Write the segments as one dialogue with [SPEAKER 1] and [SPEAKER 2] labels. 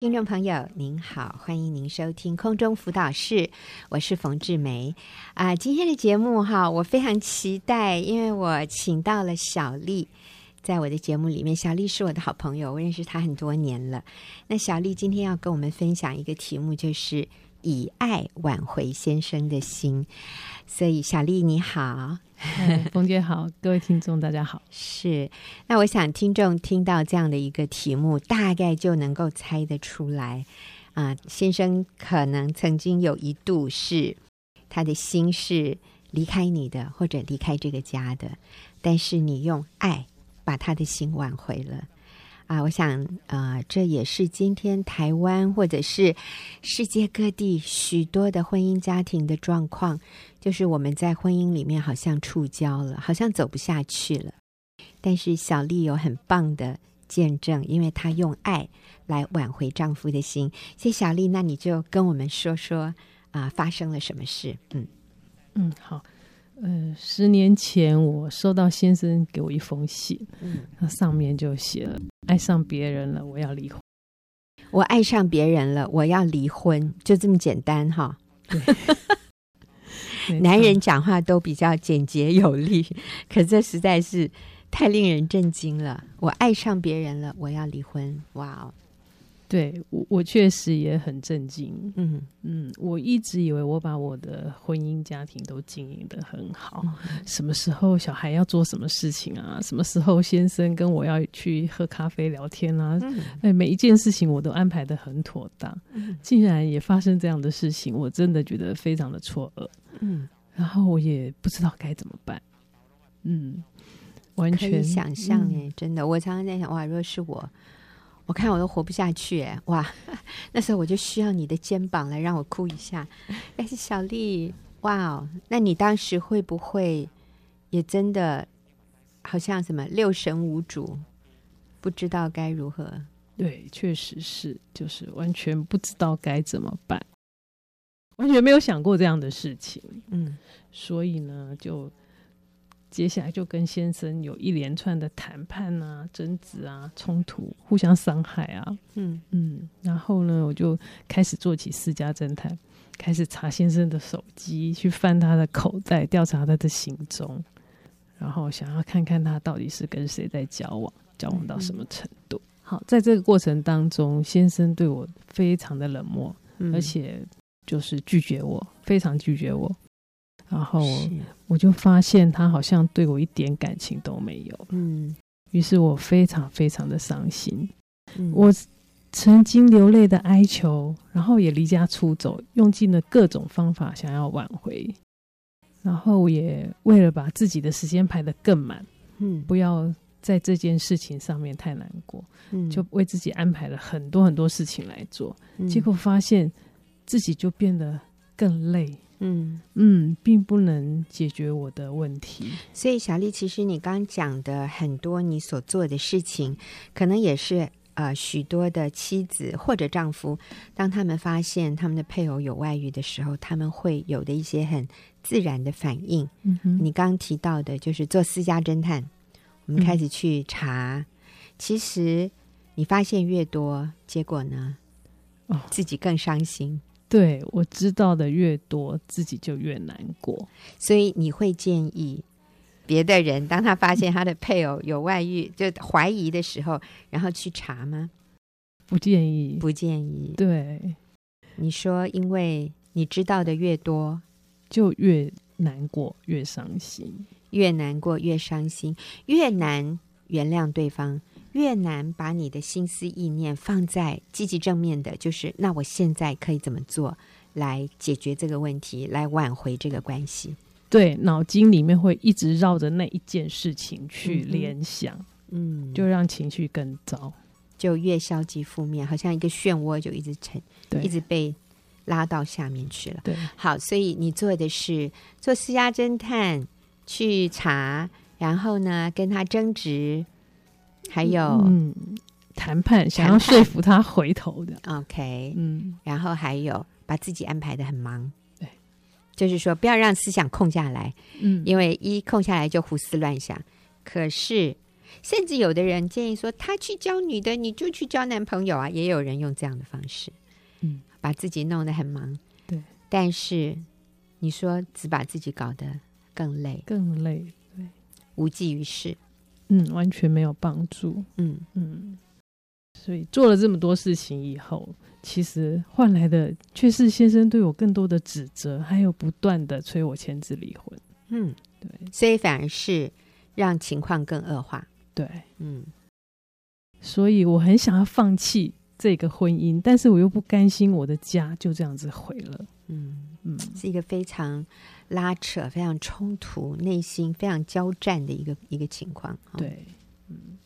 [SPEAKER 1] 听众朋友，您好，欢迎您收听空中辅导室，我是冯志梅。啊、今天的节目哈，我非常期待，因为我请到了小丽，在我的节目里面，小丽是我的好朋友，我认识她很多年了。那小丽今天要跟我们分享一个题目，就是以爱挽回先生的心。所以，小丽你好。
[SPEAKER 2] 哎 冯姐好，各位听众大家好。
[SPEAKER 1] 是，那我想听众听到这样的一个题目，大概就能够猜得出来啊、先生可能曾经有一度是他的心是离开你的，或者离开这个家的，但是你用爱把他的心挽回了。啊，我想，呃，这也是今天台湾或者是世界各地许多的婚姻家庭的状况，就是我们在婚姻里面好像触礁了，好像走不下去了。但是小丽有很棒的见证，因为她用爱来挽回丈夫的心。谢谢小丽，那你就跟我们说说啊、发生了什么事？嗯，
[SPEAKER 2] 嗯，好。呃，十年前我收到先生给我一封信，
[SPEAKER 1] 嗯
[SPEAKER 2] 那上面就写了爱上别人了，我要离婚。
[SPEAKER 1] 我爱上别人了，我要离婚，就这么简单哈。
[SPEAKER 2] 没错
[SPEAKER 1] 男人讲话都比较简洁有力，可这实在是太令人震惊了。我爱上别人了，我要离婚。哇哦，
[SPEAKER 2] 对我，我确实也很震惊。
[SPEAKER 1] 嗯
[SPEAKER 2] 嗯，我一直以为我把我的婚姻家庭都经营得很好，
[SPEAKER 1] 嗯
[SPEAKER 2] 什么时候小孩要做什么事情啊？什么时候先生跟我要去喝咖啡聊天啊？
[SPEAKER 1] 嗯
[SPEAKER 2] 哎，每一件事情我都安排的很妥当，
[SPEAKER 1] 嗯
[SPEAKER 2] 竟然也发生这样的事情，我真的觉得非常的错愕，
[SPEAKER 1] 嗯，
[SPEAKER 2] 然后我也不知道该怎么办，嗯，完
[SPEAKER 1] 可以
[SPEAKER 2] 全
[SPEAKER 1] 想象哎、
[SPEAKER 2] 嗯
[SPEAKER 1] 真的，我常常在想，哇，若是我，我看我都活不下去哎、哇， 那时候我就需要你的肩膀来让我哭一下。但是小丽，哇哦，那你当时会不会也真的好像什么六神无主，不知道该如何？
[SPEAKER 2] 对，确实是，就是完全不知道该怎么办，完全没有想过这样的事情，
[SPEAKER 1] 嗯
[SPEAKER 2] 所以呢，就接下来就跟先生有一连串的谈判啊、争执啊、冲突、互相伤害啊，
[SPEAKER 1] 嗯
[SPEAKER 2] 嗯，然后呢，我就开始做起私家侦探，开始查先生的手机，去翻他的口袋，调查他的行踪，然后想要看看他到底是跟谁在交往，交往到什么程度。好，在这个过程当中，先生对我非常的冷漠，
[SPEAKER 1] 嗯
[SPEAKER 2] 而且就是拒绝我，非常拒绝我。然后
[SPEAKER 1] 是
[SPEAKER 2] 我就发现他好像对我一点感情都没有，
[SPEAKER 1] 嗯，
[SPEAKER 2] 于是我非常非常的伤心。
[SPEAKER 1] 嗯
[SPEAKER 2] 我曾经流泪的哀求，然后也离家出走，用尽了各种方法想要挽回，然后也为了把自己的时间排得更满，
[SPEAKER 1] 嗯
[SPEAKER 2] 不要在这件事情上面太难过，
[SPEAKER 1] 嗯
[SPEAKER 2] 就为自己安排了很多很多事情来做，
[SPEAKER 1] 嗯
[SPEAKER 2] 结果发现自己就变得更累。
[SPEAKER 1] 嗯。
[SPEAKER 2] 嗯，并不能解决我的问题。
[SPEAKER 1] 所以，小丽，其实你刚讲的很多你所做的事情，可能也是呃许多的妻子或者丈夫，当他们发现他们的配偶有外遇的时候，他们会有的一些很自然的反应。
[SPEAKER 2] 嗯哼，
[SPEAKER 1] 你刚提到的就是做私家侦探，我们
[SPEAKER 2] 嗯
[SPEAKER 1] 开始去查，其实你发现越多，结果呢，
[SPEAKER 2] 哦
[SPEAKER 1] 自己更伤心。
[SPEAKER 2] 对我知道的越多，自己就越难过。
[SPEAKER 1] 所以你会建议别的人，当他发现他的配偶有外遇，就怀疑的时候，然后去查吗？
[SPEAKER 2] 不建议。
[SPEAKER 1] 不建议。
[SPEAKER 2] 对，
[SPEAKER 1] 你说，因为你知道的越多，
[SPEAKER 2] 就越难过，越伤心。
[SPEAKER 1] 越难过，越伤心，越难原谅对方，越难把你的心思意念放在积极正面的，就是那我现在可以怎么做来解决这个问题，来挽回这个关系。
[SPEAKER 2] 对，脑筋里面会一直绕着那一件事情去
[SPEAKER 1] 嗯哼
[SPEAKER 2] 联想，
[SPEAKER 1] 嗯，
[SPEAKER 2] 就让情绪更糟。
[SPEAKER 1] 就越消极负面，好像一个漩涡就一直沉，
[SPEAKER 2] 对，
[SPEAKER 1] 一直被拉到下面去了。
[SPEAKER 2] 对，
[SPEAKER 1] 好，所以你做的是做私家侦探去查，然后呢跟他争执，还有、
[SPEAKER 2] 嗯，谈判想
[SPEAKER 1] 谈
[SPEAKER 2] 要
[SPEAKER 1] 判
[SPEAKER 2] 说服他回头的，
[SPEAKER 1] OK，
[SPEAKER 2] 嗯，
[SPEAKER 1] 然后还有把自己安排的很忙。
[SPEAKER 2] 对，
[SPEAKER 1] 就是说不要让思想空下来，
[SPEAKER 2] 嗯，
[SPEAKER 1] 因为一空下来就胡思乱想。可是甚至有的人建议说，他去交女的，你就去交男朋友啊。也有人用这样的方式，
[SPEAKER 2] 嗯，
[SPEAKER 1] 把自己弄得很忙。
[SPEAKER 2] 对，
[SPEAKER 1] 但是你说只把自己搞得更累，
[SPEAKER 2] 更累，
[SPEAKER 1] 无济于事。
[SPEAKER 2] 嗯，完全没有帮助，
[SPEAKER 1] 嗯，
[SPEAKER 2] 嗯。所以做了这么多事情以后，其实换来的却是先生对我更多的指责，还有不断的催我签字离婚。
[SPEAKER 1] 嗯，
[SPEAKER 2] 对
[SPEAKER 1] 所以反而是让情况更恶化。
[SPEAKER 2] 对，
[SPEAKER 1] 嗯
[SPEAKER 2] 所以我很想要放弃这个婚姻，但是我又不甘心我的家就这样子毁了。
[SPEAKER 1] 嗯，
[SPEAKER 2] 嗯，
[SPEAKER 1] 是一个非常拉扯、非常冲突、内心非常交战的一个一个情况。哦，
[SPEAKER 2] 对，嗯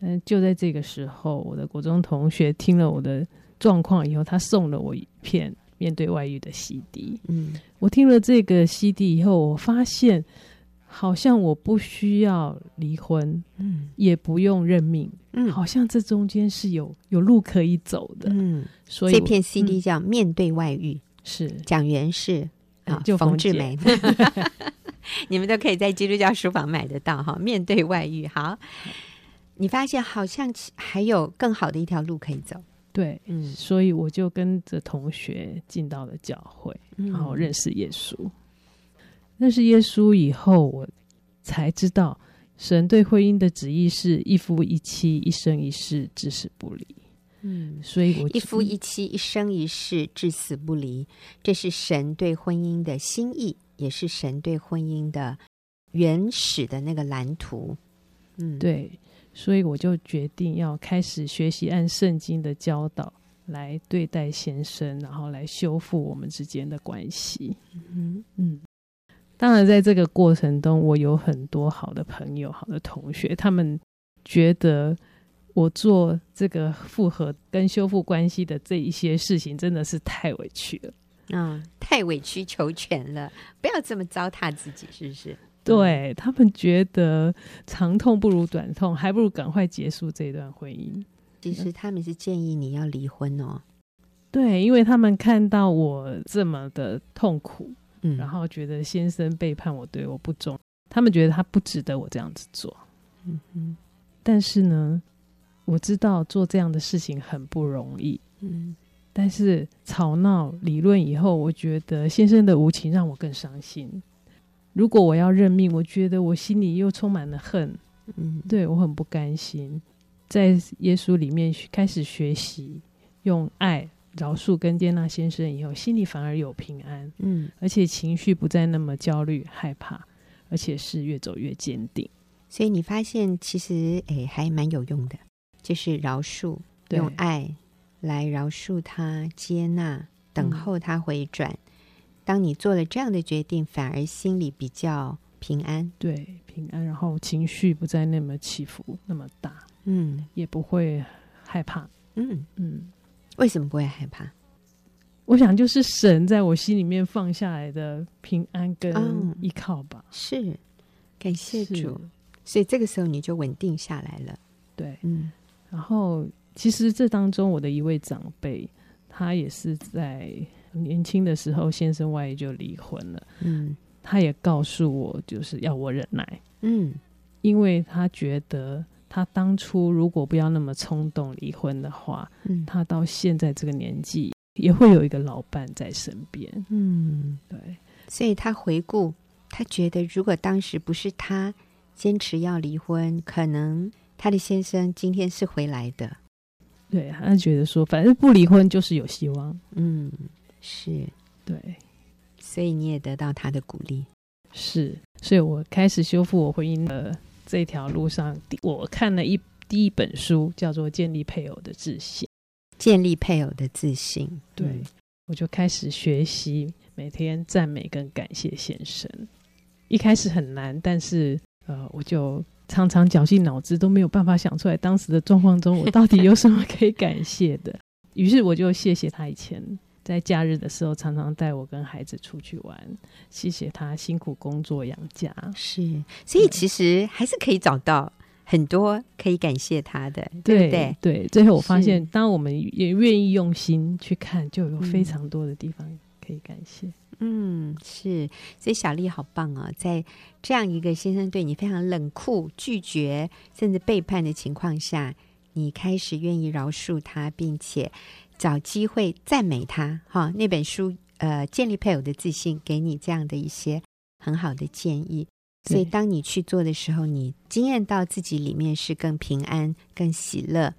[SPEAKER 2] 嗯，就在这个时候，我的国中同学听了我的状况以后，他送了我一片面对外遇的 CD。
[SPEAKER 1] 嗯
[SPEAKER 2] 我听了这个 CD 以后，我发现好像我不需要离婚，
[SPEAKER 1] 嗯
[SPEAKER 2] 也不用认命，
[SPEAKER 1] 嗯，
[SPEAKER 2] 好像这中间是有有路可以走的。
[SPEAKER 1] 嗯，
[SPEAKER 2] 所以
[SPEAKER 1] 这
[SPEAKER 2] 我嗯
[SPEAKER 1] 片 CD 叫《面对外遇》，
[SPEAKER 2] 是
[SPEAKER 1] 讲员是
[SPEAKER 2] 嗯
[SPEAKER 1] 啊，
[SPEAKER 2] 就
[SPEAKER 1] 冯
[SPEAKER 2] 冯
[SPEAKER 1] 志
[SPEAKER 2] 姐
[SPEAKER 1] 梅， 你们都可以在基督教书房买得到哈。面对外遇，好，你发现好像其还有更好的一条路可以走，
[SPEAKER 2] 对，
[SPEAKER 1] 嗯
[SPEAKER 2] 所以我就跟着同学进到了教会，
[SPEAKER 1] 嗯
[SPEAKER 2] 然后认识耶稣。认识耶稣以后，我才知道神对婚姻的旨意是一夫一妻、一生一世、至死不离。
[SPEAKER 1] 嗯。
[SPEAKER 2] 所以我
[SPEAKER 1] 一夫一妻，一生一世，至死不离，这是神对婚姻的心意，也是神对婚姻的原始的那个蓝图。嗯，，
[SPEAKER 2] 对，所以我就决定要开始学习按圣经的教导来对待先生，然后来修复我们之间的关系。
[SPEAKER 1] 嗯
[SPEAKER 2] 嗯，当然，在这个过程中，我有很多好的朋友、好的同学，他们觉得我做这个复合跟修复关系的这一些事情，真的是太委屈了。
[SPEAKER 1] 啊，太委曲求全了，不要这么糟蹋自己，是不是？
[SPEAKER 2] 对他们觉得长痛不如短痛，还不如赶快结束这段婚姻。
[SPEAKER 1] 其实他们是建议你要离婚哦，
[SPEAKER 2] 对，因为他们看到我这么的痛苦，
[SPEAKER 1] 嗯，
[SPEAKER 2] 然后觉得先生背叛我，对我不忠，他们觉得他不值得我这样子做。
[SPEAKER 1] 嗯嗯
[SPEAKER 2] 但是呢，我知道做这样的事情很不容易。
[SPEAKER 1] 嗯
[SPEAKER 2] 但是吵闹理论以后，我觉得先生的无情让我更伤心。如果我要认命，我觉得我心里又充满了恨，
[SPEAKER 1] 嗯，
[SPEAKER 2] 对我很不甘心。在耶稣里面开始学习用爱饶恕跟接纳先生以后，心里反而有平安，
[SPEAKER 1] 嗯，
[SPEAKER 2] 而且情绪不再那么焦虑、害怕，而且是越走越坚定。
[SPEAKER 1] 所以你发现其实诶还蛮有用的，就是饶恕，
[SPEAKER 2] 对
[SPEAKER 1] 用爱来饶恕他，接纳，等候他回转。当你做了这样的决定，反而心里比较平安。
[SPEAKER 2] 对平安，然后情绪不再那么起伏那么大，
[SPEAKER 1] 嗯
[SPEAKER 2] 也不会害怕。
[SPEAKER 1] 嗯，
[SPEAKER 2] 嗯，
[SPEAKER 1] 为什么不会害怕？
[SPEAKER 2] 我想就是神在我心里面放下来的平安跟
[SPEAKER 1] 嗯
[SPEAKER 2] 依靠吧。
[SPEAKER 1] 是感谢
[SPEAKER 2] 是
[SPEAKER 1] 主，，所以这个时候你就稳定下来了。
[SPEAKER 2] 对。
[SPEAKER 1] 嗯
[SPEAKER 2] 然后其实这当中，我的一位长辈，他也是在年轻的时候，先生外遇就离婚了。
[SPEAKER 1] 嗯
[SPEAKER 2] 他也告诉我，就是要我忍耐，
[SPEAKER 1] 嗯
[SPEAKER 2] 因为他觉得他当初如果不要那么冲动离婚的话，
[SPEAKER 1] 嗯
[SPEAKER 2] 他到现在这个年纪也会有一个老伴在身边。
[SPEAKER 1] 嗯。
[SPEAKER 2] 对，
[SPEAKER 1] 所以他回顾，他觉得如果当时不是他坚持要离婚，可能他的先生今天是回来的。
[SPEAKER 2] 对，他觉得说，反正不离婚就是有希望。
[SPEAKER 1] 嗯，是，
[SPEAKER 2] 对。
[SPEAKER 1] 所以你也得到他的鼓励。
[SPEAKER 2] 是，所以我开始修复我婚姻的这条路上，第我看了一第一本书，叫做《建立配偶的自信》，
[SPEAKER 1] 建立配偶的自信，
[SPEAKER 2] 对、
[SPEAKER 1] 嗯
[SPEAKER 2] 我就开始学习每天赞美跟感谢先生。一开始很难，但是呃，我就常常绞尽脑汁都没有办法想出来当时的状况中我到底有什么可以感谢的。 于是我就谢谢他以前在假日的时候常常带我跟孩子出去玩，谢谢他辛苦工作养家。
[SPEAKER 1] 是，所以
[SPEAKER 2] 对
[SPEAKER 1] 其实还是可以找到很多可以感谢他的，
[SPEAKER 2] 对
[SPEAKER 1] 不对？
[SPEAKER 2] 最后我发
[SPEAKER 1] 是
[SPEAKER 2] 现，当我们也愿意用心去看，就有
[SPEAKER 1] 嗯
[SPEAKER 2] 非常多的地方可以感谢。
[SPEAKER 1] 嗯，是，所以小丽好棒哦，在这样一个先生对你非常冷酷、拒绝甚至背叛的情况下，你开始愿意饶恕他，并且找机会赞美他。哈、那本书呃，建立配偶的自信，给你这样的一些很好的建议。所以，
[SPEAKER 2] 对
[SPEAKER 1] 当你去做的时候，你惊艳到自己里面是更平安、更喜乐、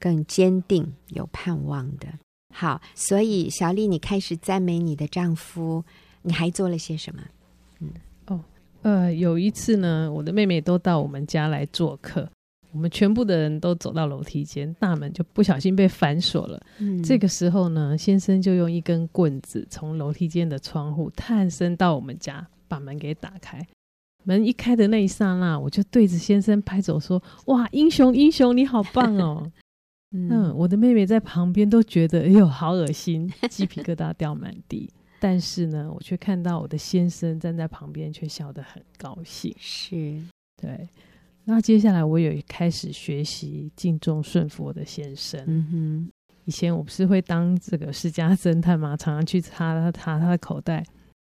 [SPEAKER 1] 更坚定、有盼望的。好，所以小丽，你开始赞美你的丈夫，你还做了些什么？
[SPEAKER 2] 呃，有一次呢，我的妹妹都到我们家来做客，我们全部的人都走到楼梯间，大门就不小心被反锁了。
[SPEAKER 1] 嗯
[SPEAKER 2] 这个时候呢，先生就用一根棍子从楼梯间的窗户探身到我们家，把门给打开。门一开的那一刹那，我就对着先生拍手说：“哇，英雄，英雄，你好棒哦！”嗯，我的妹妹在旁边都觉得，哎呦，好恶心，鸡皮疙瘩掉满地。但是呢，我却看到我的先生站在旁边，却笑得很高兴。
[SPEAKER 1] 是
[SPEAKER 2] 对，那接下来我也开始学习敬重顺服我的先生。
[SPEAKER 1] 嗯
[SPEAKER 2] 以前我不是会当这个私家侦探嘛，常常去查查他的口袋，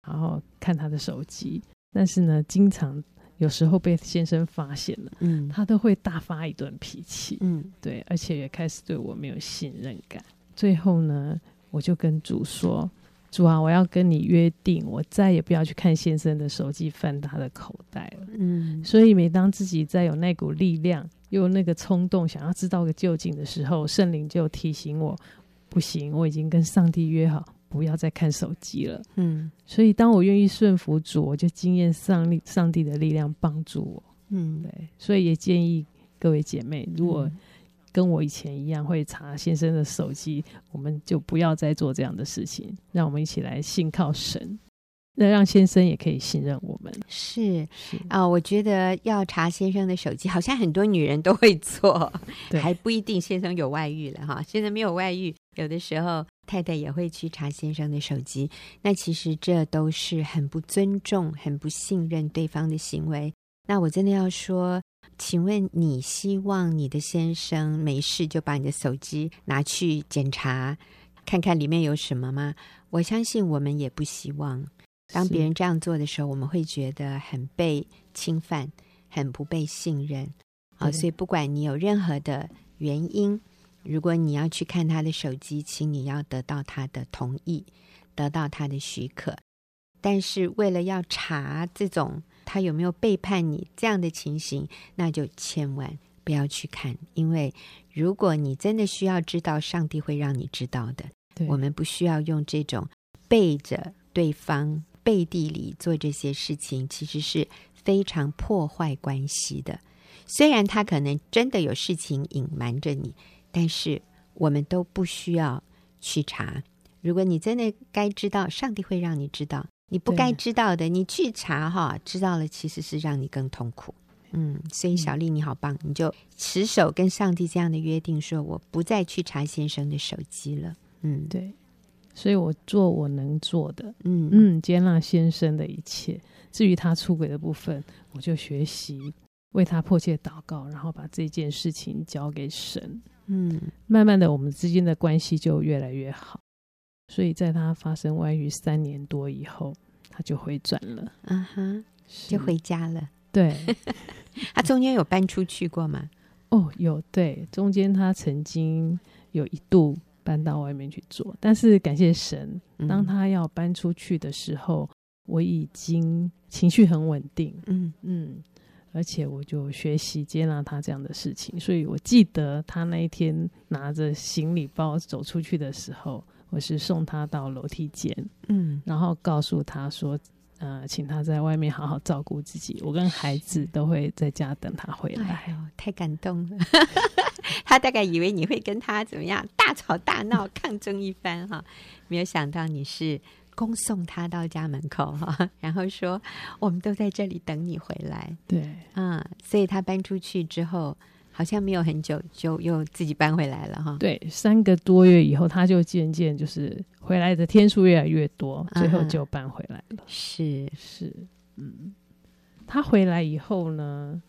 [SPEAKER 2] 然后看他的手机。但是呢，经常有时候被先生发现了，
[SPEAKER 1] 哼嗯
[SPEAKER 2] 他都会大发一顿脾气。
[SPEAKER 1] 嗯
[SPEAKER 2] 对，而且也开始对我没有信任感。最后呢，我就跟主说：“主啊，我要跟你约定，我再也不要去看先生的手机，翻他的口袋了。”
[SPEAKER 1] 嗯
[SPEAKER 2] 所以，每当自己在有那股力量，又有那个冲动，想要知道个究竟的时候，圣灵就提醒我：不行，我已经跟上帝约好，不要再看手机了。
[SPEAKER 1] 嗯
[SPEAKER 2] 所以，当我愿意顺服主，我就经验上帝上帝的力量帮助我。
[SPEAKER 1] 嗯，
[SPEAKER 2] 对，所以也建议各位姐妹，如果跟我以前一样会查先生的手机，我们就不要再做这样的事情。让我们一起来信靠神，那让先生也可以信任我们。
[SPEAKER 1] 是
[SPEAKER 2] 是
[SPEAKER 1] 啊、我觉得要查先生的手机，好像很多女人都会做，
[SPEAKER 2] 对
[SPEAKER 1] 还不一定先生有外遇了哈。先生没有外遇，有的时候太太也会去查先生的手机，那其实这都是很不尊重、很不信任对方的行为。那我真的要说，请问你希望你的先生没事就把你的手机拿去检查，看看里面有什么吗？我相信我们也不希望。当别人这样做的时候，我们会觉得很被侵犯，很不被信任啊。
[SPEAKER 2] 对
[SPEAKER 1] 所以，不管你有任何的原因，如果你要去看他的手机，请你要得到他的同意，得到他的许可。但是，为了要查这种他有没有背叛你这样的情形，那就千万不要去看，因为如果你真的需要知道，上帝会让你知道的。
[SPEAKER 2] 对
[SPEAKER 1] 我们不需要用这种背着对方、背地里做这些事情，其实是非常破坏关系的。虽然他可能真的有事情隐瞒着你，但是我们都不需要去查。如果你真的该知道，上帝会让你知道；你不
[SPEAKER 2] 对
[SPEAKER 1] 该知道的，你去查哈，知道了其实是让你更痛苦。嗯，所以小丽你好棒，你就持守跟上帝这样的约定，说我不再去查先生的手机了。嗯，
[SPEAKER 2] 对，所以我做我能做的，
[SPEAKER 1] 嗯嗯
[SPEAKER 2] 嗯，接纳先生的一切。至于他出轨的部分，我就学习为他迫切祷告，然后把这件事情交给神。
[SPEAKER 1] 嗯
[SPEAKER 2] 慢慢的，我们之间的关系就越来越好。所以在他发生外遇三年多以后，他就回转了，
[SPEAKER 1] 啊哈，
[SPEAKER 2] 是
[SPEAKER 1] 就回家了。
[SPEAKER 2] 对
[SPEAKER 1] 他中间有搬出去过吗？
[SPEAKER 2] 哦，有对，中间他曾经有一度搬到外面去做，但是感谢神，
[SPEAKER 1] 嗯
[SPEAKER 2] 当他要搬出去的时候，我已经情绪很稳定，
[SPEAKER 1] 嗯
[SPEAKER 2] 嗯，而且我就学习接纳他这样的事情，所以我记得他那一天拿着行李包走出去的时候，我是送他到楼梯间，
[SPEAKER 1] 嗯
[SPEAKER 2] 然后告诉他说。呃，请他在外面好好照顾自己，我跟孩子都会在家等他回来。
[SPEAKER 1] 哎呦，太感动了！ 他大概以为你会跟他怎么样大吵大闹、抗争一番哈，没有想到你是恭送他到家门口哈， 然后说我们都在这里等你回来
[SPEAKER 2] 对，
[SPEAKER 1] 啊、所以他搬出去之后，好像没有很久就又自己搬回来了哈。
[SPEAKER 2] 对，三个多月以后，他就渐渐就是回来的天数越来越多，最后
[SPEAKER 1] 嗯哼
[SPEAKER 2] 就搬回来了。
[SPEAKER 1] 是，
[SPEAKER 2] 是，嗯，他回来以后呢，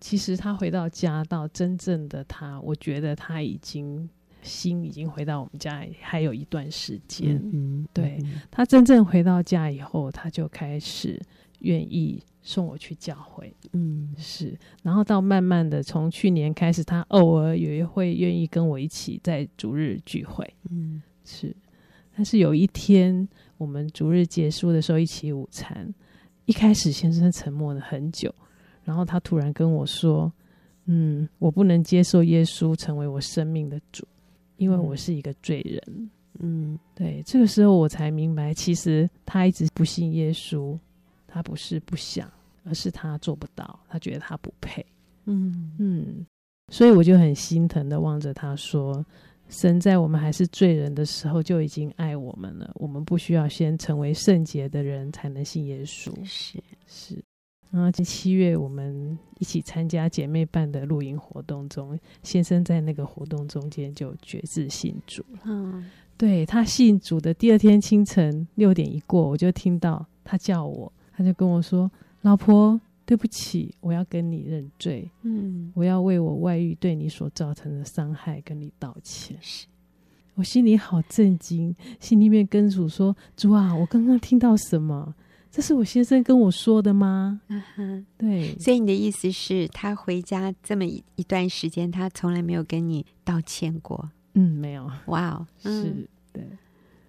[SPEAKER 2] 其实他回到家到真正的他，我觉得他已经心已经回到我们家，还有一段时间。
[SPEAKER 1] 嗯，
[SPEAKER 2] 对
[SPEAKER 1] 嗯
[SPEAKER 2] 他真正回到家以后，他就开始愿意送我去教会，
[SPEAKER 1] 嗯
[SPEAKER 2] 是。然后到慢慢的，从去年开始，他偶尔也会愿意跟我一起在主日聚会，
[SPEAKER 1] 嗯
[SPEAKER 2] 是。但是有一天，我们逐日结束的时候一起午餐，一开始先生沉默了很久，然后他突然跟我说：“嗯，我不能接受耶稣成为我生命的主，因为我是一个罪人。
[SPEAKER 1] 嗯
[SPEAKER 2] 对，这个时候我才明白，其实他一直不信耶稣，他不是不想，而是他做不到，他觉得他不配。
[SPEAKER 1] 嗯
[SPEAKER 2] 嗯，所以我就很心疼的望着他说：“神在我们还是罪人的时候就已经爱我们了，我们不需要先成为圣洁的人才能信耶稣。
[SPEAKER 1] 嗯，是，”
[SPEAKER 2] 是。然后七月我们一起参加姐妹办的露营活动中，先生在那个活动中间就决志信主。
[SPEAKER 1] 嗯
[SPEAKER 2] 对他信主的第二天清晨六点一过，我就听到他叫我，他就跟我说：“老婆，对不起，我要跟你认罪，
[SPEAKER 1] 嗯，
[SPEAKER 2] 我要为我外遇对你所造成的伤害跟你道歉。
[SPEAKER 1] 是，”
[SPEAKER 2] 我心里好震惊，心里面跟主说：“主啊，我刚刚听到什么？这是我先生跟我说的吗
[SPEAKER 1] 嗯哼。？”
[SPEAKER 2] 对，
[SPEAKER 1] 所以你的意思是，他回家这么一一段时间，他从来没有跟你道歉过。
[SPEAKER 2] 嗯，没有，
[SPEAKER 1] 哇哦，
[SPEAKER 2] 是、
[SPEAKER 1] 嗯
[SPEAKER 2] 对。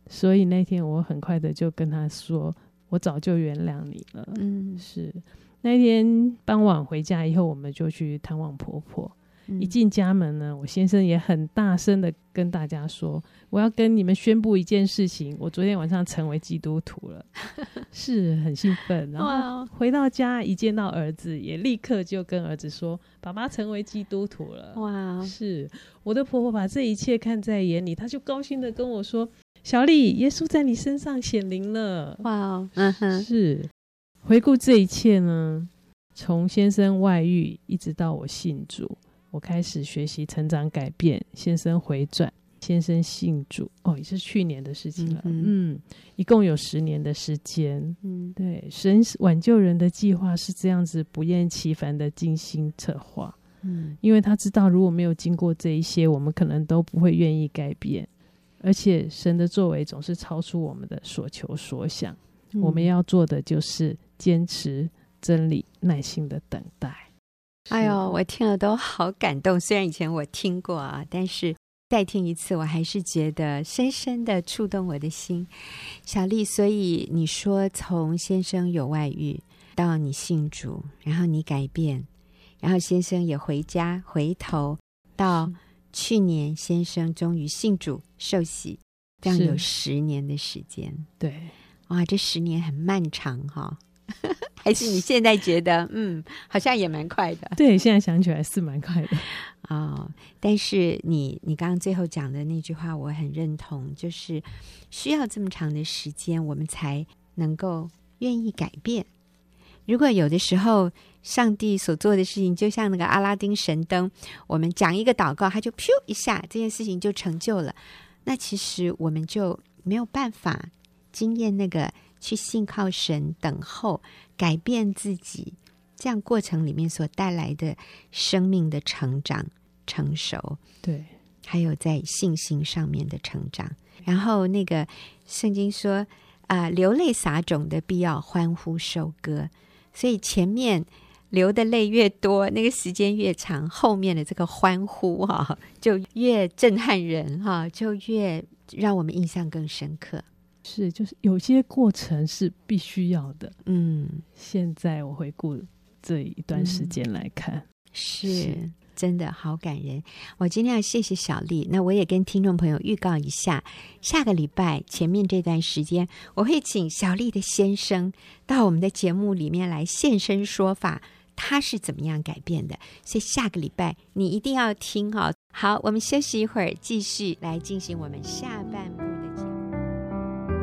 [SPEAKER 2] 所以那天我很快的就跟他说：“我早就原谅你了。”
[SPEAKER 1] 嗯
[SPEAKER 2] 是那天傍晚回家以后，我们就去探望婆婆。
[SPEAKER 1] 嗯
[SPEAKER 2] 一进家门呢，我先生也很大声的跟大家说：“我要跟你们宣布一件事情，我昨天晚上成为基督徒 了，是很兴奋。”然
[SPEAKER 1] 哇
[SPEAKER 2] 后
[SPEAKER 1] 哦，
[SPEAKER 2] 回到家，一见到儿子，也立刻就跟儿子说：“爸爸成为基督徒了。”
[SPEAKER 1] 哇哦，
[SPEAKER 2] 是我的婆婆把这一切看在眼里，她就高兴的跟我说：“小丽，耶稣在你身上显灵了。”
[SPEAKER 1] 哇哦，嗯哼，
[SPEAKER 2] 是，回顾这一切呢，从先生外遇一直到我信主，我开始学习成长改变，先生回转，先生信主，哦，也是去年的事情了，
[SPEAKER 1] 嗯
[SPEAKER 2] 嗯一共有十年的时间。
[SPEAKER 1] 嗯
[SPEAKER 2] 对，神挽救人的计划是这样子不厌其烦的精心策划，
[SPEAKER 1] 嗯
[SPEAKER 2] 因为他知道如果没有经过这一些，我们可能都不会愿意改变，而且神的作为总是超出我们的所求所想。
[SPEAKER 1] 嗯，
[SPEAKER 2] 我们要做的就是坚持真理，耐心的等待。
[SPEAKER 1] 哎
[SPEAKER 2] 是
[SPEAKER 1] 呦，，我听了都好感动。虽然以前我听过啊，但是再听一次，我还是觉得深深的触动我的心。小丽，所以你说从先生有外遇到你信主，然后你改变，然后先生也回家回头，到去年先生终于信主受洗，这样
[SPEAKER 2] 是
[SPEAKER 1] 有十年的时间。
[SPEAKER 2] 对，
[SPEAKER 1] 哇，这十年很漫长哈、 还是你现在觉得，嗯，好像也蛮快的。
[SPEAKER 2] 对，现在想起来是蛮快的。
[SPEAKER 1] 哦，但是你你刚刚最后讲的那句话，我很认同，就是需要这么长的时间，我们才能够愿意改变。如果有的时候，上帝所做的事情，就像那个阿拉丁神灯，我们讲一个祷告，它就噗一下，这件事情就成就了。那其实我们就没有办法经验那个去信靠神、等候、改变自己这样过程里面所带来的生命的成长、成熟，
[SPEAKER 2] 对，
[SPEAKER 1] 还有在信心上面的成长。然后那个圣经说啊、流泪撒种的必要欢呼收割，所以前面。流的泪越多，那个时间越长，后面的这个欢呼哈、就越震撼人哈、就越让我们印象更深刻。
[SPEAKER 2] 是，就是有些过程是必须要的。
[SPEAKER 1] 嗯，
[SPEAKER 2] 现在我回顾这一段时间来看，
[SPEAKER 1] 嗯是
[SPEAKER 2] 是
[SPEAKER 1] 真的好感人。我今天要谢谢小丽，那我也跟听众朋友预告一下，下个礼拜前面这段时间，我会请小丽的先生到我们的节目里面来现身说法。他是怎么样改变的？所以下个礼拜你一定要听哦。好，我们休息一会儿，继续来进行我们下半部的节目。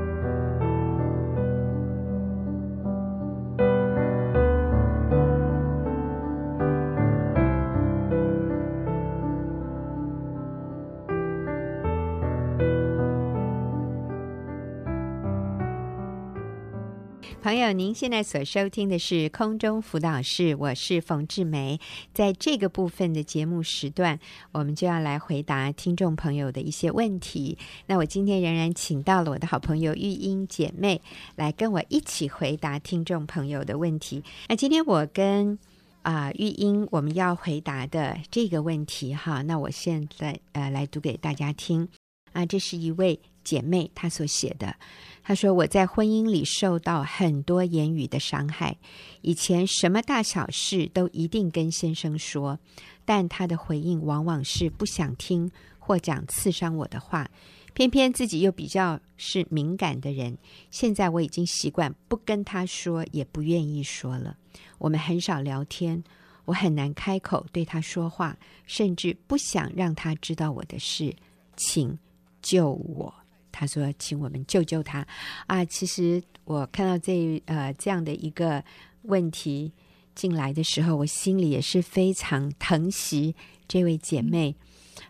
[SPEAKER 1] 朋友，您现在所收听的是空中辅导室，我是冯志梅。在这个部分的节目时段，我们就要来回答听众朋友的一些问题。那我今天仍然请到了我的好朋友玉英姐妹来跟我一起回答听众朋友的问题。那今天我跟啊、玉英我们要回答的这个问题哈，那我现在呃来读给大家听啊，这是一位姐妹她所写的。她说：“我在婚姻里受到很多言语的伤害，以前什么大小事都一定跟先生说，但他的回应往往是不想听或讲刺伤我的话。偏偏自己又比较是敏感的人，现在我已经习惯不跟他说，也不愿意说了。我们很少聊天，我很难开口对他说话，甚至不想让他知道我的事。请救我！”他说：“请我们救救他啊！”其实我看到这呃这样的一个问题进来的时候，我心里也是非常疼惜这位
[SPEAKER 3] 嗯
[SPEAKER 1] 姐妹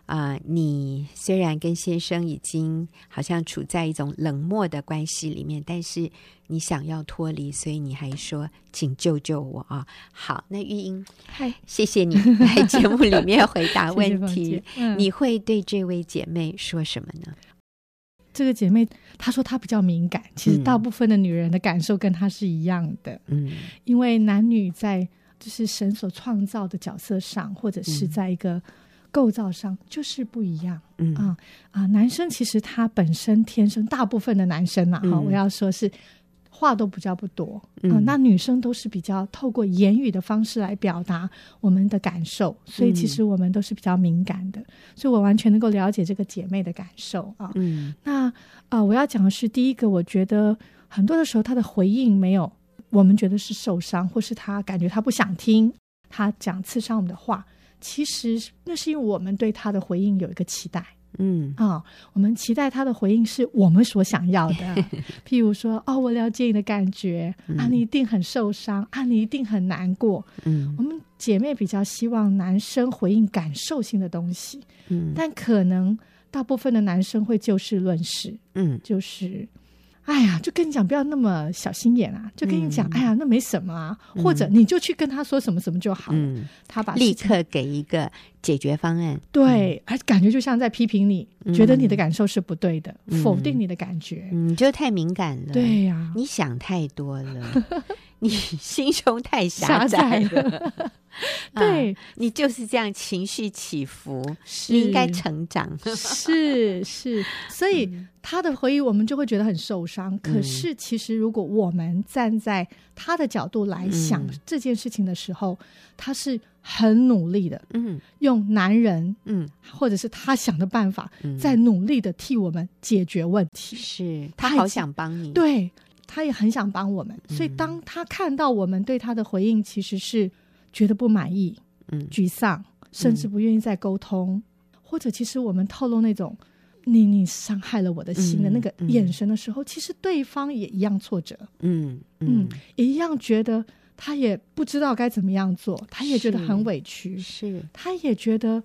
[SPEAKER 1] 啊、你虽然跟先生已经好像处在一种冷漠的关系里面，但是你想要脱离，所以你还说“请救救我”啊！好，那玉英，
[SPEAKER 3] 嗨，
[SPEAKER 1] 谢 谢你在节目里面回答啊问题。
[SPEAKER 3] 谢谢房姐嗯
[SPEAKER 1] 你会对这位姐妹说什么呢？
[SPEAKER 2] 这个姐妹她说她比较敏感，其实
[SPEAKER 1] 嗯
[SPEAKER 2] 大部分的女人的感受跟她是一样的，
[SPEAKER 1] 嗯
[SPEAKER 2] 因为男女在就是神所创造的角色上，或者是
[SPEAKER 1] 嗯
[SPEAKER 2] 在一个构造上，就是不一样
[SPEAKER 1] 嗯
[SPEAKER 3] 哦
[SPEAKER 2] 啊啊、男生其实他本身天生，大部分的男生呐、啊，哈、
[SPEAKER 1] 嗯
[SPEAKER 2] 我要说是。话都比较不多啊、
[SPEAKER 1] 嗯
[SPEAKER 2] 那女生都是比较透过言语的方式来表达我们的感受，所以其
[SPEAKER 1] 嗯
[SPEAKER 2] 实我们都是比较敏感的，所以我完全能够了解这个姐妹的感受啊。
[SPEAKER 1] 嗯
[SPEAKER 2] 那呃，我要讲的是，第一个，我觉得很多的时候他的回应没有我们觉得是受伤，或是他感觉他不想听，他讲刺伤我们的话，其实那是因为我们对他的回应有一个期待
[SPEAKER 1] 嗯
[SPEAKER 2] 啊、我们期待他的回应是我们所想要的， 譬如说，哦，我了解你的感觉啊，
[SPEAKER 1] 嗯
[SPEAKER 2] 你一定很受伤啊，你一定很难过。
[SPEAKER 1] 嗯
[SPEAKER 2] 我们姐妹比较希望男生回应感受性的东西，
[SPEAKER 1] 嗯
[SPEAKER 2] 但可能大部分的男生会就事论事，
[SPEAKER 1] 嗯
[SPEAKER 2] 就是，哎呀，就跟你讲不要那么小心眼啊，就跟你讲，
[SPEAKER 1] 嗯
[SPEAKER 2] 哎呀，那没什么啊，
[SPEAKER 1] 嗯
[SPEAKER 2] 或者你就去跟他说什么什么就好了。
[SPEAKER 1] 嗯，
[SPEAKER 2] 他把事
[SPEAKER 1] 立
[SPEAKER 2] 情
[SPEAKER 1] 刻给一个解决方案。
[SPEAKER 2] 对，而感觉就像在批评你，
[SPEAKER 1] 嗯
[SPEAKER 2] 觉得你的感受是不对的，
[SPEAKER 1] 嗯
[SPEAKER 2] 否定你的感觉。
[SPEAKER 1] 嗯，你就太敏感了。，
[SPEAKER 2] 对呀、
[SPEAKER 1] 你想太多 了，你心胸太狭窄
[SPEAKER 2] 狭窄
[SPEAKER 1] 了。啊
[SPEAKER 2] 对，
[SPEAKER 1] 你就是这样情绪起伏，
[SPEAKER 2] 是
[SPEAKER 1] 你应该成长。
[SPEAKER 2] 是是，所以他的回忆我们就会觉得很受伤。可
[SPEAKER 1] 嗯
[SPEAKER 2] 是其实如果我们站在他的角度来想
[SPEAKER 1] 嗯
[SPEAKER 2] 这件事情的时候，他是很努力的，
[SPEAKER 1] 嗯
[SPEAKER 2] 用男人
[SPEAKER 1] 嗯
[SPEAKER 2] 或者是他想的办法，
[SPEAKER 1] 嗯，
[SPEAKER 2] 在努力的替我们解决问题。
[SPEAKER 1] 是他
[SPEAKER 2] 太
[SPEAKER 1] 好
[SPEAKER 2] 急
[SPEAKER 1] 想帮你。，
[SPEAKER 2] 对，他也很想帮我们，所以
[SPEAKER 1] 嗯
[SPEAKER 2] 当他看到我们对他的回应其实是觉得不满意、
[SPEAKER 1] 嗯
[SPEAKER 2] 沮丧，甚至不愿意再沟通，或者其实我们透露那种。你你伤害了我的心的
[SPEAKER 1] 嗯
[SPEAKER 2] 那个眼神的时候，其实对方也一样挫折，
[SPEAKER 1] 嗯嗯
[SPEAKER 2] 嗯，也一样觉得他也不知道该怎么样做，他也觉得
[SPEAKER 1] 是
[SPEAKER 2] 很委屈，
[SPEAKER 1] 是
[SPEAKER 2] 他也觉得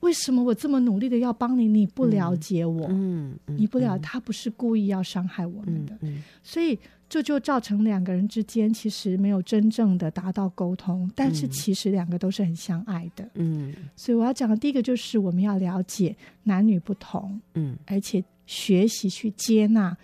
[SPEAKER 2] 为什么我这么努力的要帮你，你不了解我，
[SPEAKER 1] 嗯嗯
[SPEAKER 2] 你不了，他不是故意要伤害我们
[SPEAKER 1] 嗯
[SPEAKER 2] 的，
[SPEAKER 1] 嗯
[SPEAKER 2] 所以这就造成两个人之间其实没有真正的达到沟通，但是
[SPEAKER 1] 嗯
[SPEAKER 2] 其实两个都是很相爱的。
[SPEAKER 1] 嗯
[SPEAKER 2] 所以我要讲的第一个就是我们要了解男女不同，
[SPEAKER 1] 嗯
[SPEAKER 2] 而且学习去接纳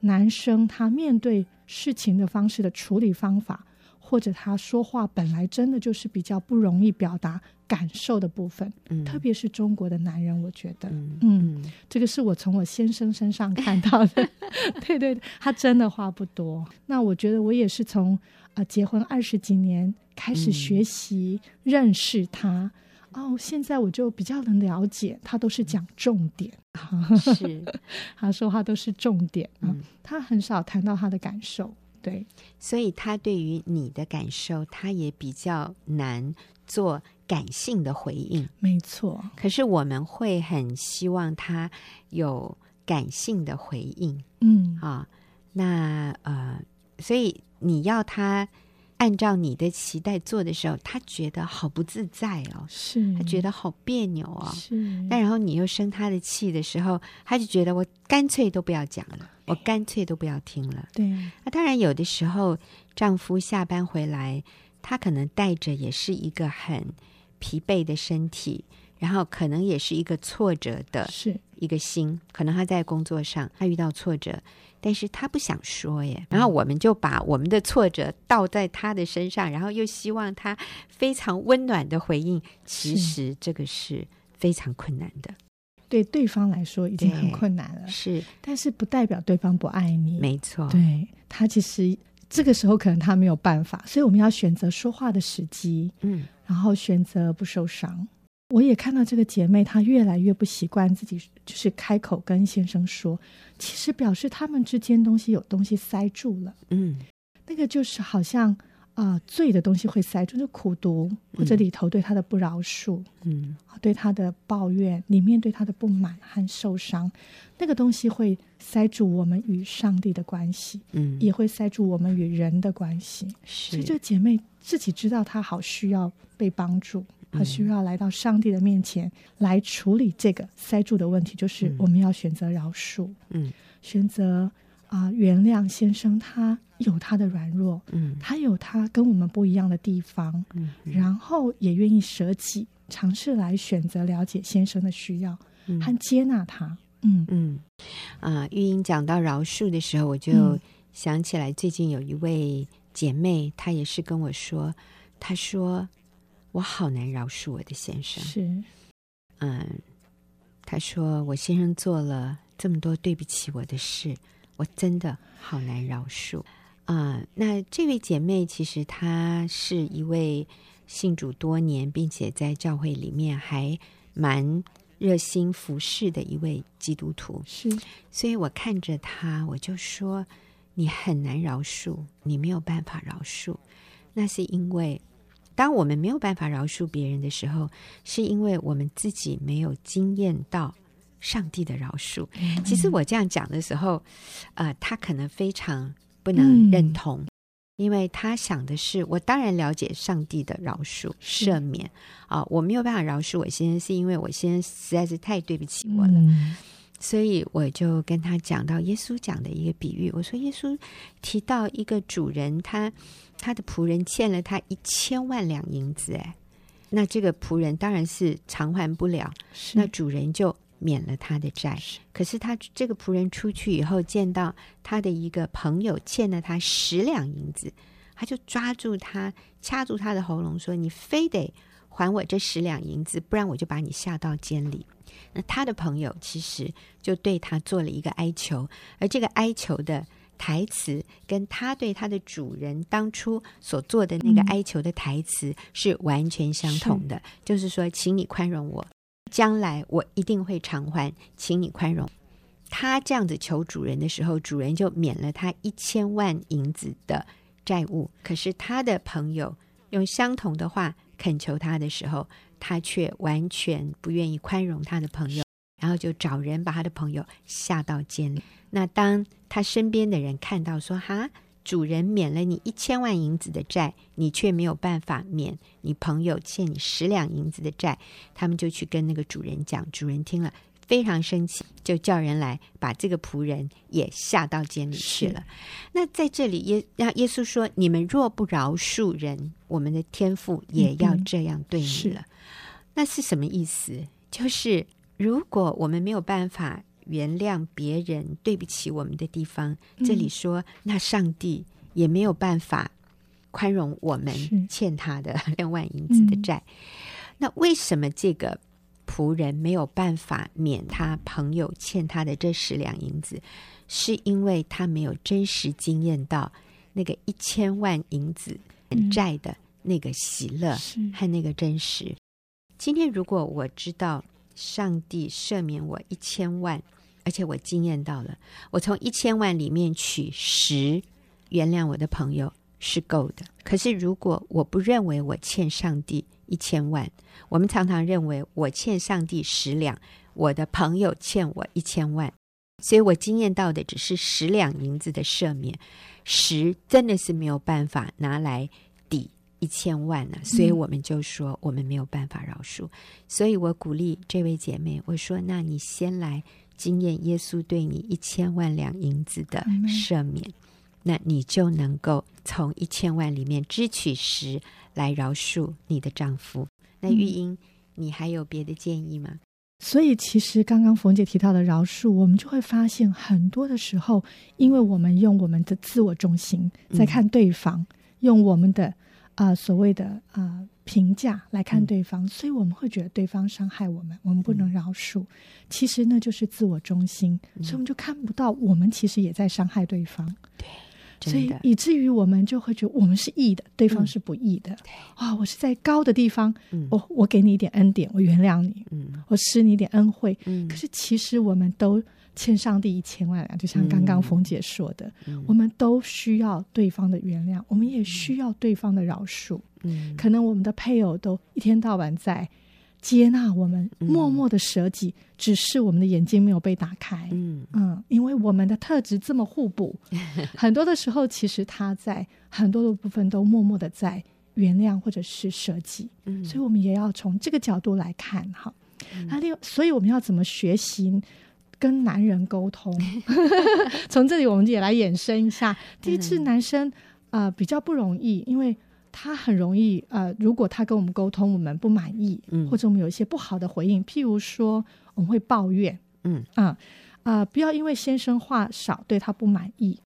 [SPEAKER 2] 男生他面对事情的方式的处理方法，或者他说话本来真的就是比较不容易表达感受的部分，
[SPEAKER 1] 嗯，
[SPEAKER 2] 特别是中国的男人，我觉得。
[SPEAKER 1] 嗯
[SPEAKER 2] 嗯，
[SPEAKER 1] 嗯
[SPEAKER 2] 这个是我从我先生身上看到 的，对对，对他真的话不多。那我觉得我也是从呃结婚二十几年开始
[SPEAKER 1] 嗯
[SPEAKER 2] 学习、认识他，哦，现在我就比较能了解，他都是讲重点，
[SPEAKER 1] 嗯是。
[SPEAKER 2] 他说话都是重点啊、
[SPEAKER 1] 嗯
[SPEAKER 2] 他很少谈到他的感受，对，
[SPEAKER 1] 所以他对于你的感受，他也比较难做感性的回应。
[SPEAKER 2] 没错，
[SPEAKER 1] 可是我们会很希望他有感性的回应
[SPEAKER 2] 嗯，
[SPEAKER 1] 啊。那呃，所以你要他按照你的期待做的时候，他觉得好不自在哦，
[SPEAKER 2] 是
[SPEAKER 1] 他觉得好别扭
[SPEAKER 2] 嗯
[SPEAKER 1] 哦。
[SPEAKER 2] 是，
[SPEAKER 1] 那然后你又生他的气的时候，他就觉得我干脆都不要讲了，我干脆都不要听了。
[SPEAKER 2] 对
[SPEAKER 1] 那当然，有的时候丈夫下班回来，他可能带着也是一个很疲惫的身体，然后可能也是一个挫折的
[SPEAKER 2] 是
[SPEAKER 1] 一个心，可能他在工作上他遇到挫折，但是他不想说耶。然后我们就把我们的挫折倒在他的身上，然后又希望他非常温暖的回应，其实这个是非常困难的，
[SPEAKER 2] 对对方来说已经
[SPEAKER 1] 对
[SPEAKER 2] 很困难了，
[SPEAKER 1] 是
[SPEAKER 2] 但是不代表对方不爱你，
[SPEAKER 1] 没错，
[SPEAKER 2] 对他其实这个时候可能他没有办法，所以我们要选择说话的时机，
[SPEAKER 1] 嗯，
[SPEAKER 2] 然后选择不受伤。我也看到这个姐妹，她越来越不习惯自己，就是开口跟先生说，其实表示他们之间东西有东西塞住了，
[SPEAKER 1] 嗯，
[SPEAKER 2] 那个就是好像啊、呃罪的东西会塞住，就苦毒或者里头对他的不饶恕，
[SPEAKER 1] 嗯，
[SPEAKER 2] 啊对他的抱怨，里面对他的不满和受伤，那个东西会塞住我们与上帝的关系。
[SPEAKER 1] 嗯，
[SPEAKER 2] 也会塞住我们与人的关系。所以
[SPEAKER 1] 是
[SPEAKER 2] 这个姐妹自己知道她好需要被帮助，
[SPEAKER 1] 嗯
[SPEAKER 2] 她需要来到上帝的面前来处理这个塞住的问题，就是
[SPEAKER 1] 嗯
[SPEAKER 2] 我们要选择饶恕，
[SPEAKER 1] 嗯
[SPEAKER 2] 选择啊、原谅先生，他有他的软弱，
[SPEAKER 1] 嗯
[SPEAKER 2] 他有他跟我们不一样的地方，
[SPEAKER 1] 嗯
[SPEAKER 2] 然后也愿意舍己，尝试来选择了解先生的需要
[SPEAKER 1] 嗯
[SPEAKER 2] 和接纳他。嗯，
[SPEAKER 1] 嗯，啊、玉英讲到饶恕的时候，我就
[SPEAKER 2] 嗯
[SPEAKER 1] 想起来最近有一位姐妹，她也是跟我说，她说我好难饶恕我的先生，
[SPEAKER 2] 是
[SPEAKER 1] 嗯，她说我先生做了这么多对不起我的事，我真的好难饶恕啊、那这位姐妹其实她是一位信主多年，并且在教会里面还蛮热心服侍的一位基督徒。
[SPEAKER 2] 是，
[SPEAKER 1] 所以我看着他，我就说：“你很难饶恕，你没有办法饶恕。”那是因为，当我们没有办法饶恕别人的时候，是因为我们自己没有经验到上帝的饶恕。
[SPEAKER 2] 嗯
[SPEAKER 1] 其实我这样讲的时候，呃，他可能非常不能
[SPEAKER 2] 嗯
[SPEAKER 1] 认同，因为他想的是，我当然了解上帝的饶恕、
[SPEAKER 2] 是
[SPEAKER 1] 赦免啊、我没有办法饶恕我先生，是因为我先生实在是太对不起我了。
[SPEAKER 2] 嗯
[SPEAKER 1] 所以我就跟他讲到耶稣讲的一个比喻，我说耶稣提到一个主人，他他的仆人欠了他一千万两银子，哎，那这个仆人当然是偿还不了，
[SPEAKER 2] 是
[SPEAKER 1] 那主人就免了他的债。可是他这个仆人出去以后，见到他的一个朋友欠了他十两银子，他就抓住他，掐住他的喉咙说：“你非得还我这十两银子，不然我就把你下到监里。”那他的朋友其实就对他做了一个哀求，而这个哀求的台词跟他对他的主人当初所做的那个
[SPEAKER 2] 嗯
[SPEAKER 1] 哀求的台词是完全相
[SPEAKER 2] 是
[SPEAKER 1] 同的，就是说，请你宽容我，将来我一定会偿还，请你宽容。他这样子求主人的时候，主人就免了他一千万银子的债务。可是他的朋友用相同的话恳求他的时候，他却完全不愿意宽容他的朋友，然后就找人把他的朋友下到监里。那当他身边的人看到说：“哈，主人免了你一千万银子的债，你却没有办法免你朋友欠你十两银子的债。”他们就去跟那个主人讲，主人听了非常生气，就叫人来把这个仆人也下到监里去了。那在这里耶，那耶稣说：“你们若不饶恕人，我们的天父也要
[SPEAKER 2] 嗯哼
[SPEAKER 1] 这样对你
[SPEAKER 2] 是
[SPEAKER 1] 了。那是什么意思？就是如果我们没有办法原谅别人对不起我们的地方，这里
[SPEAKER 2] 嗯
[SPEAKER 1] 说，那上帝也没有办法宽容我们
[SPEAKER 2] 是
[SPEAKER 1] 欠他的两万银子的
[SPEAKER 2] 嗯
[SPEAKER 1] 债。那为什么这个仆人没有办法免他朋友欠他的这十两银子？是因为他没有真实经验到那个一千万银子
[SPEAKER 2] 嗯
[SPEAKER 1] 债的那个喜乐
[SPEAKER 2] 是
[SPEAKER 1] 和那个真实。今天如果我知道上帝赦免我一千万，而且我经验到了，我从一千万里面取十，原谅我的朋友是够的。可是如果我不认为我欠上帝一千万，我们常常认为我欠上帝十两，我的朋友欠我一千万。所以我经验到的只是十两银子的赦免，十真的是没有办法拿来一千万
[SPEAKER 2] 嗯
[SPEAKER 1] 呢、所以我们就说我们没有办法饶恕。所以我鼓励这位姐妹，我说：那你先来经验耶稣对你一千万两银子的
[SPEAKER 2] Amen
[SPEAKER 1] 赦免，那你就能够从一千万里面支取十来饶恕你的丈夫。那玉
[SPEAKER 2] 嗯
[SPEAKER 1] 英，你还有别的建议吗？
[SPEAKER 2] 所以，其实刚刚冯姐提到的饶恕，我们就会发现，很多的时候，因为我们用我们的自我中心
[SPEAKER 1] 嗯
[SPEAKER 2] 在看对方，用我们的啊、呃所谓的啊、呃评价来看
[SPEAKER 1] 嗯
[SPEAKER 2] 对方，所以我们会觉得对方伤害我们，我们不能
[SPEAKER 1] 嗯
[SPEAKER 2] 饶恕。其实那就是自我中心，
[SPEAKER 1] 嗯
[SPEAKER 2] 所以我们就看不到我们其实也在伤害对方。所
[SPEAKER 1] 真
[SPEAKER 2] 以
[SPEAKER 1] 的，
[SPEAKER 2] 以至于我们就会觉得我们是义的，对方
[SPEAKER 1] 嗯
[SPEAKER 2] 是不义的。啊、我是在高的地方，
[SPEAKER 1] 嗯
[SPEAKER 2] 我我给你一点恩典，我原谅你，
[SPEAKER 1] 嗯
[SPEAKER 2] 我施你一点恩惠。
[SPEAKER 1] 嗯，
[SPEAKER 2] 可是其实我们都欠上帝一千万两，就像刚刚
[SPEAKER 1] 嗯
[SPEAKER 2] 冯姐说的，
[SPEAKER 1] 嗯
[SPEAKER 2] 我们都需要对方的原谅，我们也需要对方的饶恕。
[SPEAKER 1] 嗯
[SPEAKER 2] 可能我们的配偶都一天到晚在接纳我们，
[SPEAKER 1] 嗯
[SPEAKER 2] 默默的舍己，只是我们的眼睛没有被打开。
[SPEAKER 1] 嗯
[SPEAKER 2] 嗯，因为我们的特质这么 互补，很多的时候其实他在很多的部分都默默的在原谅或者是舍己，
[SPEAKER 1] 嗯，
[SPEAKER 2] 所以我们也要从这个角度来看哈。那另、所以我们要怎么学习跟男人沟通？ 从这里我们也来衍生一
[SPEAKER 1] 嗯
[SPEAKER 2] 下，第一次男生啊、呃比较不容易，因为。他很容易，呃，如果他跟我们沟通，我们不满意，
[SPEAKER 1] 嗯
[SPEAKER 2] 或者我们有一些不好的回应，譬如说我们会抱怨，
[SPEAKER 1] 嗯
[SPEAKER 2] 啊、啊，不要因为先生话少对他不满意，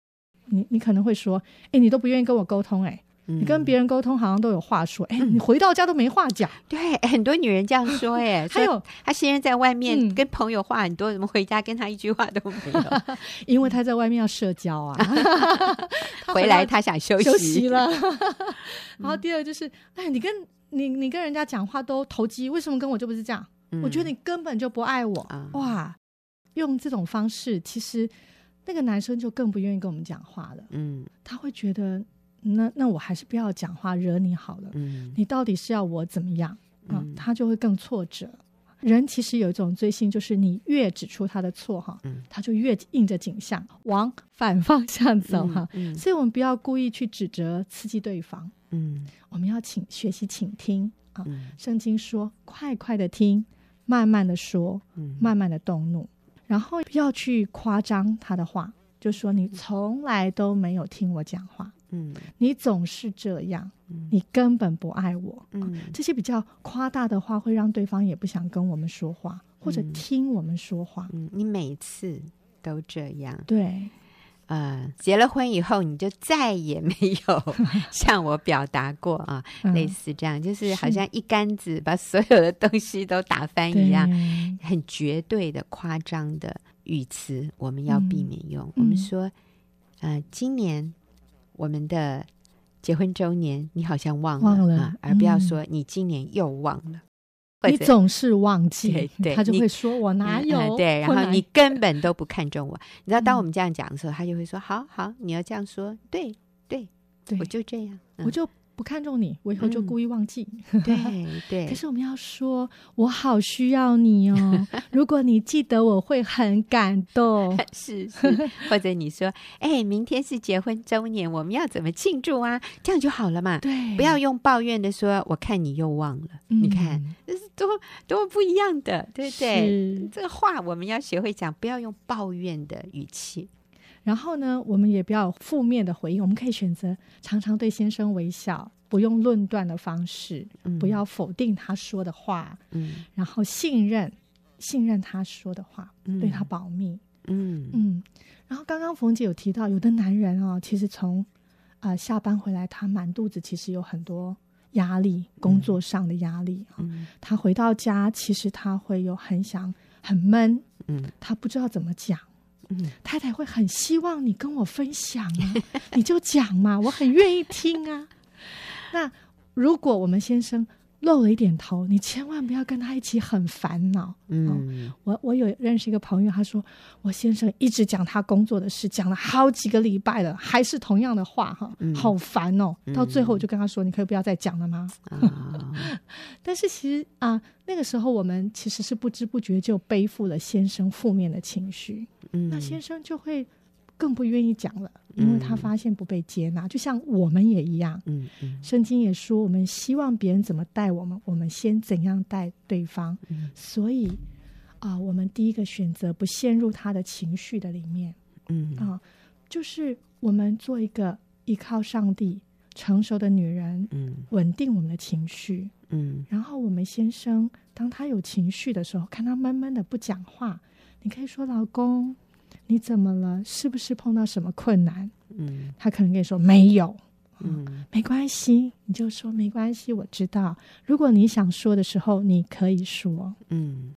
[SPEAKER 2] 你你可能会说，哎，你都不愿意跟我沟通、诶哎，
[SPEAKER 1] 你
[SPEAKER 2] 你跟别人沟通好像都有话说，哎、
[SPEAKER 1] 嗯
[SPEAKER 2] 你回到家都没话讲。
[SPEAKER 1] 对很多女人这样 说哎，
[SPEAKER 2] 还
[SPEAKER 1] 说
[SPEAKER 2] 有，
[SPEAKER 1] 她先生在外面
[SPEAKER 2] 嗯
[SPEAKER 1] 跟朋友话很多，怎么回家跟他一句话都没 有？
[SPEAKER 2] 因为他在外面要社交 啊，
[SPEAKER 1] 嗯回来嗯他想休息，
[SPEAKER 2] 休息 了。然后第二就是，哎，你跟你你跟人家讲话都投机，为什么跟我就不是这样？
[SPEAKER 1] 嗯
[SPEAKER 2] 我觉得你根本就不爱我、
[SPEAKER 1] 啊
[SPEAKER 2] 哇！用这种方式，其实那个男生就更不愿意跟我们讲话了。
[SPEAKER 1] 嗯
[SPEAKER 2] 他会觉得，那那我还是不要讲话惹你好了。
[SPEAKER 1] 嗯
[SPEAKER 2] 你到底是要我怎么样啊、
[SPEAKER 1] 嗯
[SPEAKER 2] 他就会更挫折。人其实有一种罪性，就是你越指出他的错哈
[SPEAKER 1] 嗯，
[SPEAKER 2] 他就越硬着颈项往反方向走哈、
[SPEAKER 1] 嗯
[SPEAKER 2] 所以我们不要故意去指责刺激对方，
[SPEAKER 1] 嗯
[SPEAKER 2] 我们要请学习倾听啊。
[SPEAKER 1] 嗯
[SPEAKER 2] 圣经说：“快快的听，慢慢的说，
[SPEAKER 1] 嗯
[SPEAKER 2] 慢慢的动怒，然后不要去夸张他的话，就说你从来都没有听我讲话，
[SPEAKER 1] 嗯
[SPEAKER 2] 你总是这样，
[SPEAKER 1] 嗯
[SPEAKER 2] 你根本不爱我。
[SPEAKER 1] 嗯
[SPEAKER 2] 这些比较夸大的话，会让对方也不想跟我们说话，或者
[SPEAKER 1] 嗯
[SPEAKER 2] 听我们说话。
[SPEAKER 1] 嗯，你每次都这样，
[SPEAKER 2] 对，
[SPEAKER 1] 呃，结了婚以后你就再也没有 向我表达过啊，
[SPEAKER 2] 嗯
[SPEAKER 1] 类似这样，就是好
[SPEAKER 2] 是
[SPEAKER 1] 像一竿子把所有的东西都打翻
[SPEAKER 2] 对
[SPEAKER 1] 一样。很绝对的、夸张的语词，我们要避免
[SPEAKER 2] 嗯
[SPEAKER 1] 用。我们说，呃，今年我们的结婚周年，你好像忘了
[SPEAKER 2] 忘了
[SPEAKER 1] 啊，而不要
[SPEAKER 2] 嗯
[SPEAKER 1] 说你今年又忘了，或
[SPEAKER 2] 你
[SPEAKER 1] 者
[SPEAKER 2] 总是忘记
[SPEAKER 1] 对，对
[SPEAKER 2] 他就
[SPEAKER 1] 你
[SPEAKER 2] 会说：“我哪
[SPEAKER 1] 嗯
[SPEAKER 2] 有？”
[SPEAKER 1] 嗯对，然
[SPEAKER 2] 我
[SPEAKER 1] 后
[SPEAKER 2] 哪
[SPEAKER 1] 你根本都不看重我。你知道，当
[SPEAKER 2] 嗯
[SPEAKER 1] 我们这样讲的时候，他就会说：“好好，你要这样说，对对，
[SPEAKER 2] 对
[SPEAKER 1] 我就这样，
[SPEAKER 2] 我就不看重你，我以后就
[SPEAKER 1] 嗯
[SPEAKER 2] 故意忘记。
[SPEAKER 1] 嗯对对。”
[SPEAKER 2] 可是我们要说，我好需要 你哦！如果你记得，我会很感动。
[SPEAKER 1] 是是，或者你说，哎，明天是结婚周年，我们要怎么庆祝 啊？这样就好了嘛，
[SPEAKER 2] 对，
[SPEAKER 1] 不要用抱怨的说，我看你又忘了，
[SPEAKER 2] 嗯，
[SPEAKER 1] 你看这是多多不一样的，对不对？
[SPEAKER 2] 是
[SPEAKER 1] 这个话我们要学会讲，不要用抱怨的语气。
[SPEAKER 2] 然后呢，我们也不要有负面的回应，我们可以选择常常对先生微笑，不用论断的方式，
[SPEAKER 1] 嗯
[SPEAKER 2] 不，要否定他说的话，
[SPEAKER 1] 嗯
[SPEAKER 2] 然后信任，信任他说的话，
[SPEAKER 1] 嗯
[SPEAKER 2] 对他保密。
[SPEAKER 1] 嗯
[SPEAKER 2] 嗯，然后刚刚冯姐有提到，有的男人哦，其实从啊、呃下班回来，他满肚子其实有很多压力，工作上的压力、哦
[SPEAKER 1] 嗯
[SPEAKER 2] 他回到家，其实他会有很想很闷，
[SPEAKER 1] 嗯
[SPEAKER 2] 他不知道怎么讲。
[SPEAKER 1] 嗯
[SPEAKER 2] 太太会很希望你跟我分享啊， 你就讲嘛，我很愿意听啊。 那如果我们先生露了一点头，你千万不要跟他一起很烦恼。
[SPEAKER 1] 嗯
[SPEAKER 2] 我我有认识一个朋友，他说我先生一直讲他工作的事，讲了好几个礼拜了，还是同样的话哈，
[SPEAKER 1] 嗯
[SPEAKER 2] 好烦哦。
[SPEAKER 1] 嗯
[SPEAKER 2] 到最后我就跟他说，你可以不要再讲了吗？
[SPEAKER 1] 啊，
[SPEAKER 2] 但是其实啊、那个时候我们其实是不知不觉就背负了先生负面的情绪，
[SPEAKER 1] 嗯
[SPEAKER 2] 那先生就会更不愿意讲了，因为他
[SPEAKER 1] 嗯
[SPEAKER 2] 发现不被接纳。就像我们也一样，
[SPEAKER 1] 嗯嗯
[SPEAKER 2] 圣经也说，我们希望别人怎么待我们，我们先怎样待对方。
[SPEAKER 1] 嗯
[SPEAKER 2] 所以啊、我们第一个选择不陷入他的情绪的里面
[SPEAKER 1] 嗯
[SPEAKER 2] 啊、就是我们做一个依靠上帝成熟的女人，
[SPEAKER 1] 嗯
[SPEAKER 2] 稳定我们的情绪。
[SPEAKER 1] 嗯
[SPEAKER 2] 然后我们先生，当他有情绪的时候，看他闷闷的不讲话，你可以说：“老公，你怎么了？是不是碰到什么困难
[SPEAKER 1] 嗯？”
[SPEAKER 2] 他可能跟你说：“没有。”
[SPEAKER 1] 嗯
[SPEAKER 2] 没关系，你就说没关系，我知道。如果你想说的时候，你可以说，
[SPEAKER 1] 嗯，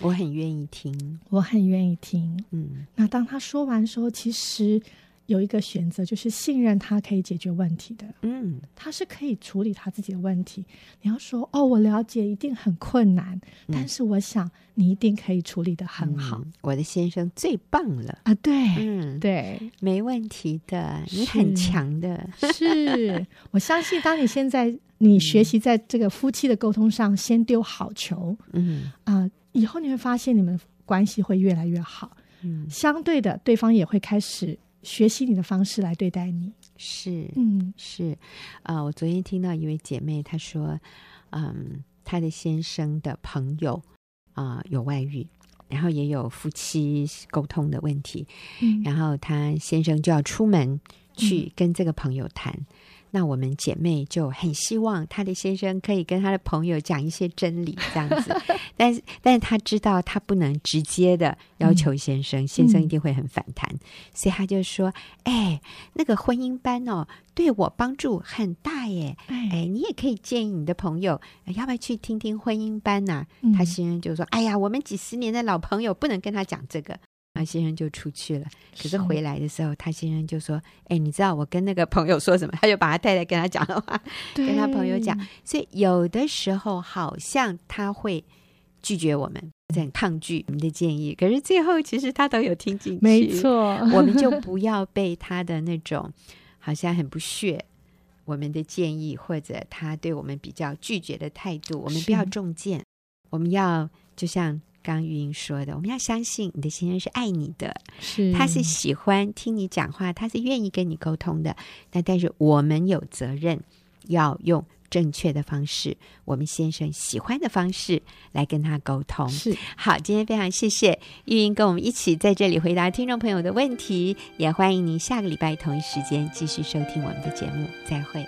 [SPEAKER 1] 我很愿意听。
[SPEAKER 2] 我很愿意听。
[SPEAKER 1] 嗯
[SPEAKER 2] 那当他说完之后，其实有一个选择，就是信任他可以解决问题的，
[SPEAKER 1] 嗯
[SPEAKER 2] 他是可以处理他自己的问题。你要说哦，我了解，一定很困难，
[SPEAKER 1] 嗯
[SPEAKER 2] 但是我想你一定可以处理的很好、
[SPEAKER 1] 嗯我的先生最棒了。
[SPEAKER 2] 啊。 对
[SPEAKER 1] 嗯，
[SPEAKER 2] 对，
[SPEAKER 1] 没问题的，你很
[SPEAKER 2] 是
[SPEAKER 1] 强的。
[SPEAKER 2] 是我相信，当你现在你学习在这个夫妻的沟通上，先丢好球，
[SPEAKER 1] 嗯
[SPEAKER 2] 啊、以后你会发现你们关系会越来越好。
[SPEAKER 1] 嗯，
[SPEAKER 2] 相对的，对方也会开始学习你的方式来对待你。
[SPEAKER 1] 是
[SPEAKER 2] 嗯
[SPEAKER 1] 是，啊，我昨天听到一位姐妹她说，嗯，她的先生的朋友啊、有外遇，然后也有夫妻沟通的问题，
[SPEAKER 2] 嗯
[SPEAKER 1] 然后她先生就要出门去跟这个朋友谈。那我们姐妹就很希望她的先生可以跟她的朋友讲一些真理，这样子。但是，但是她知道她不能直接的要求先生，先生一定会很反弹，所以她就说：“哎，那个婚姻班哦，对我帮助很大耶。
[SPEAKER 2] 哎，
[SPEAKER 1] 哎，你也可以建议你的朋友，呃要不要去听听婚姻班呐、
[SPEAKER 2] 嗯
[SPEAKER 1] 他先生就说：“哎呀，我们几十年的老朋友，不能跟他讲这个。”然后先生就出去了。可是回来的时候，他先生就说：“哎，你知道我跟那个朋友说什么？”他就把他太太跟他讲的话。 跟他朋友讲，
[SPEAKER 2] 对
[SPEAKER 1] 所以有的时候好像他会拒绝我们，或者很抗拒我们的建议。可是最后其实他都有听进去，
[SPEAKER 4] 没。错，
[SPEAKER 1] 我们就不要被他的那种好像很不屑我们的建议，或者他对我们比较拒绝的态度，我们
[SPEAKER 2] 是
[SPEAKER 1] 不要中箭，我们要就像刚刚玉英说的，我们要相信你的先生是爱你的，
[SPEAKER 4] 是
[SPEAKER 1] 他 是喜欢听你讲话，他是愿意跟你沟通的。那但是我们有责任要用正确的方式，我们先生喜欢的方式来跟他沟通。
[SPEAKER 2] 是
[SPEAKER 1] 好，今天非常谢谢玉英跟我们一起在这里回答听众朋友的问题，也欢迎您下个礼拜同一时间继续收听我们的节目，再会。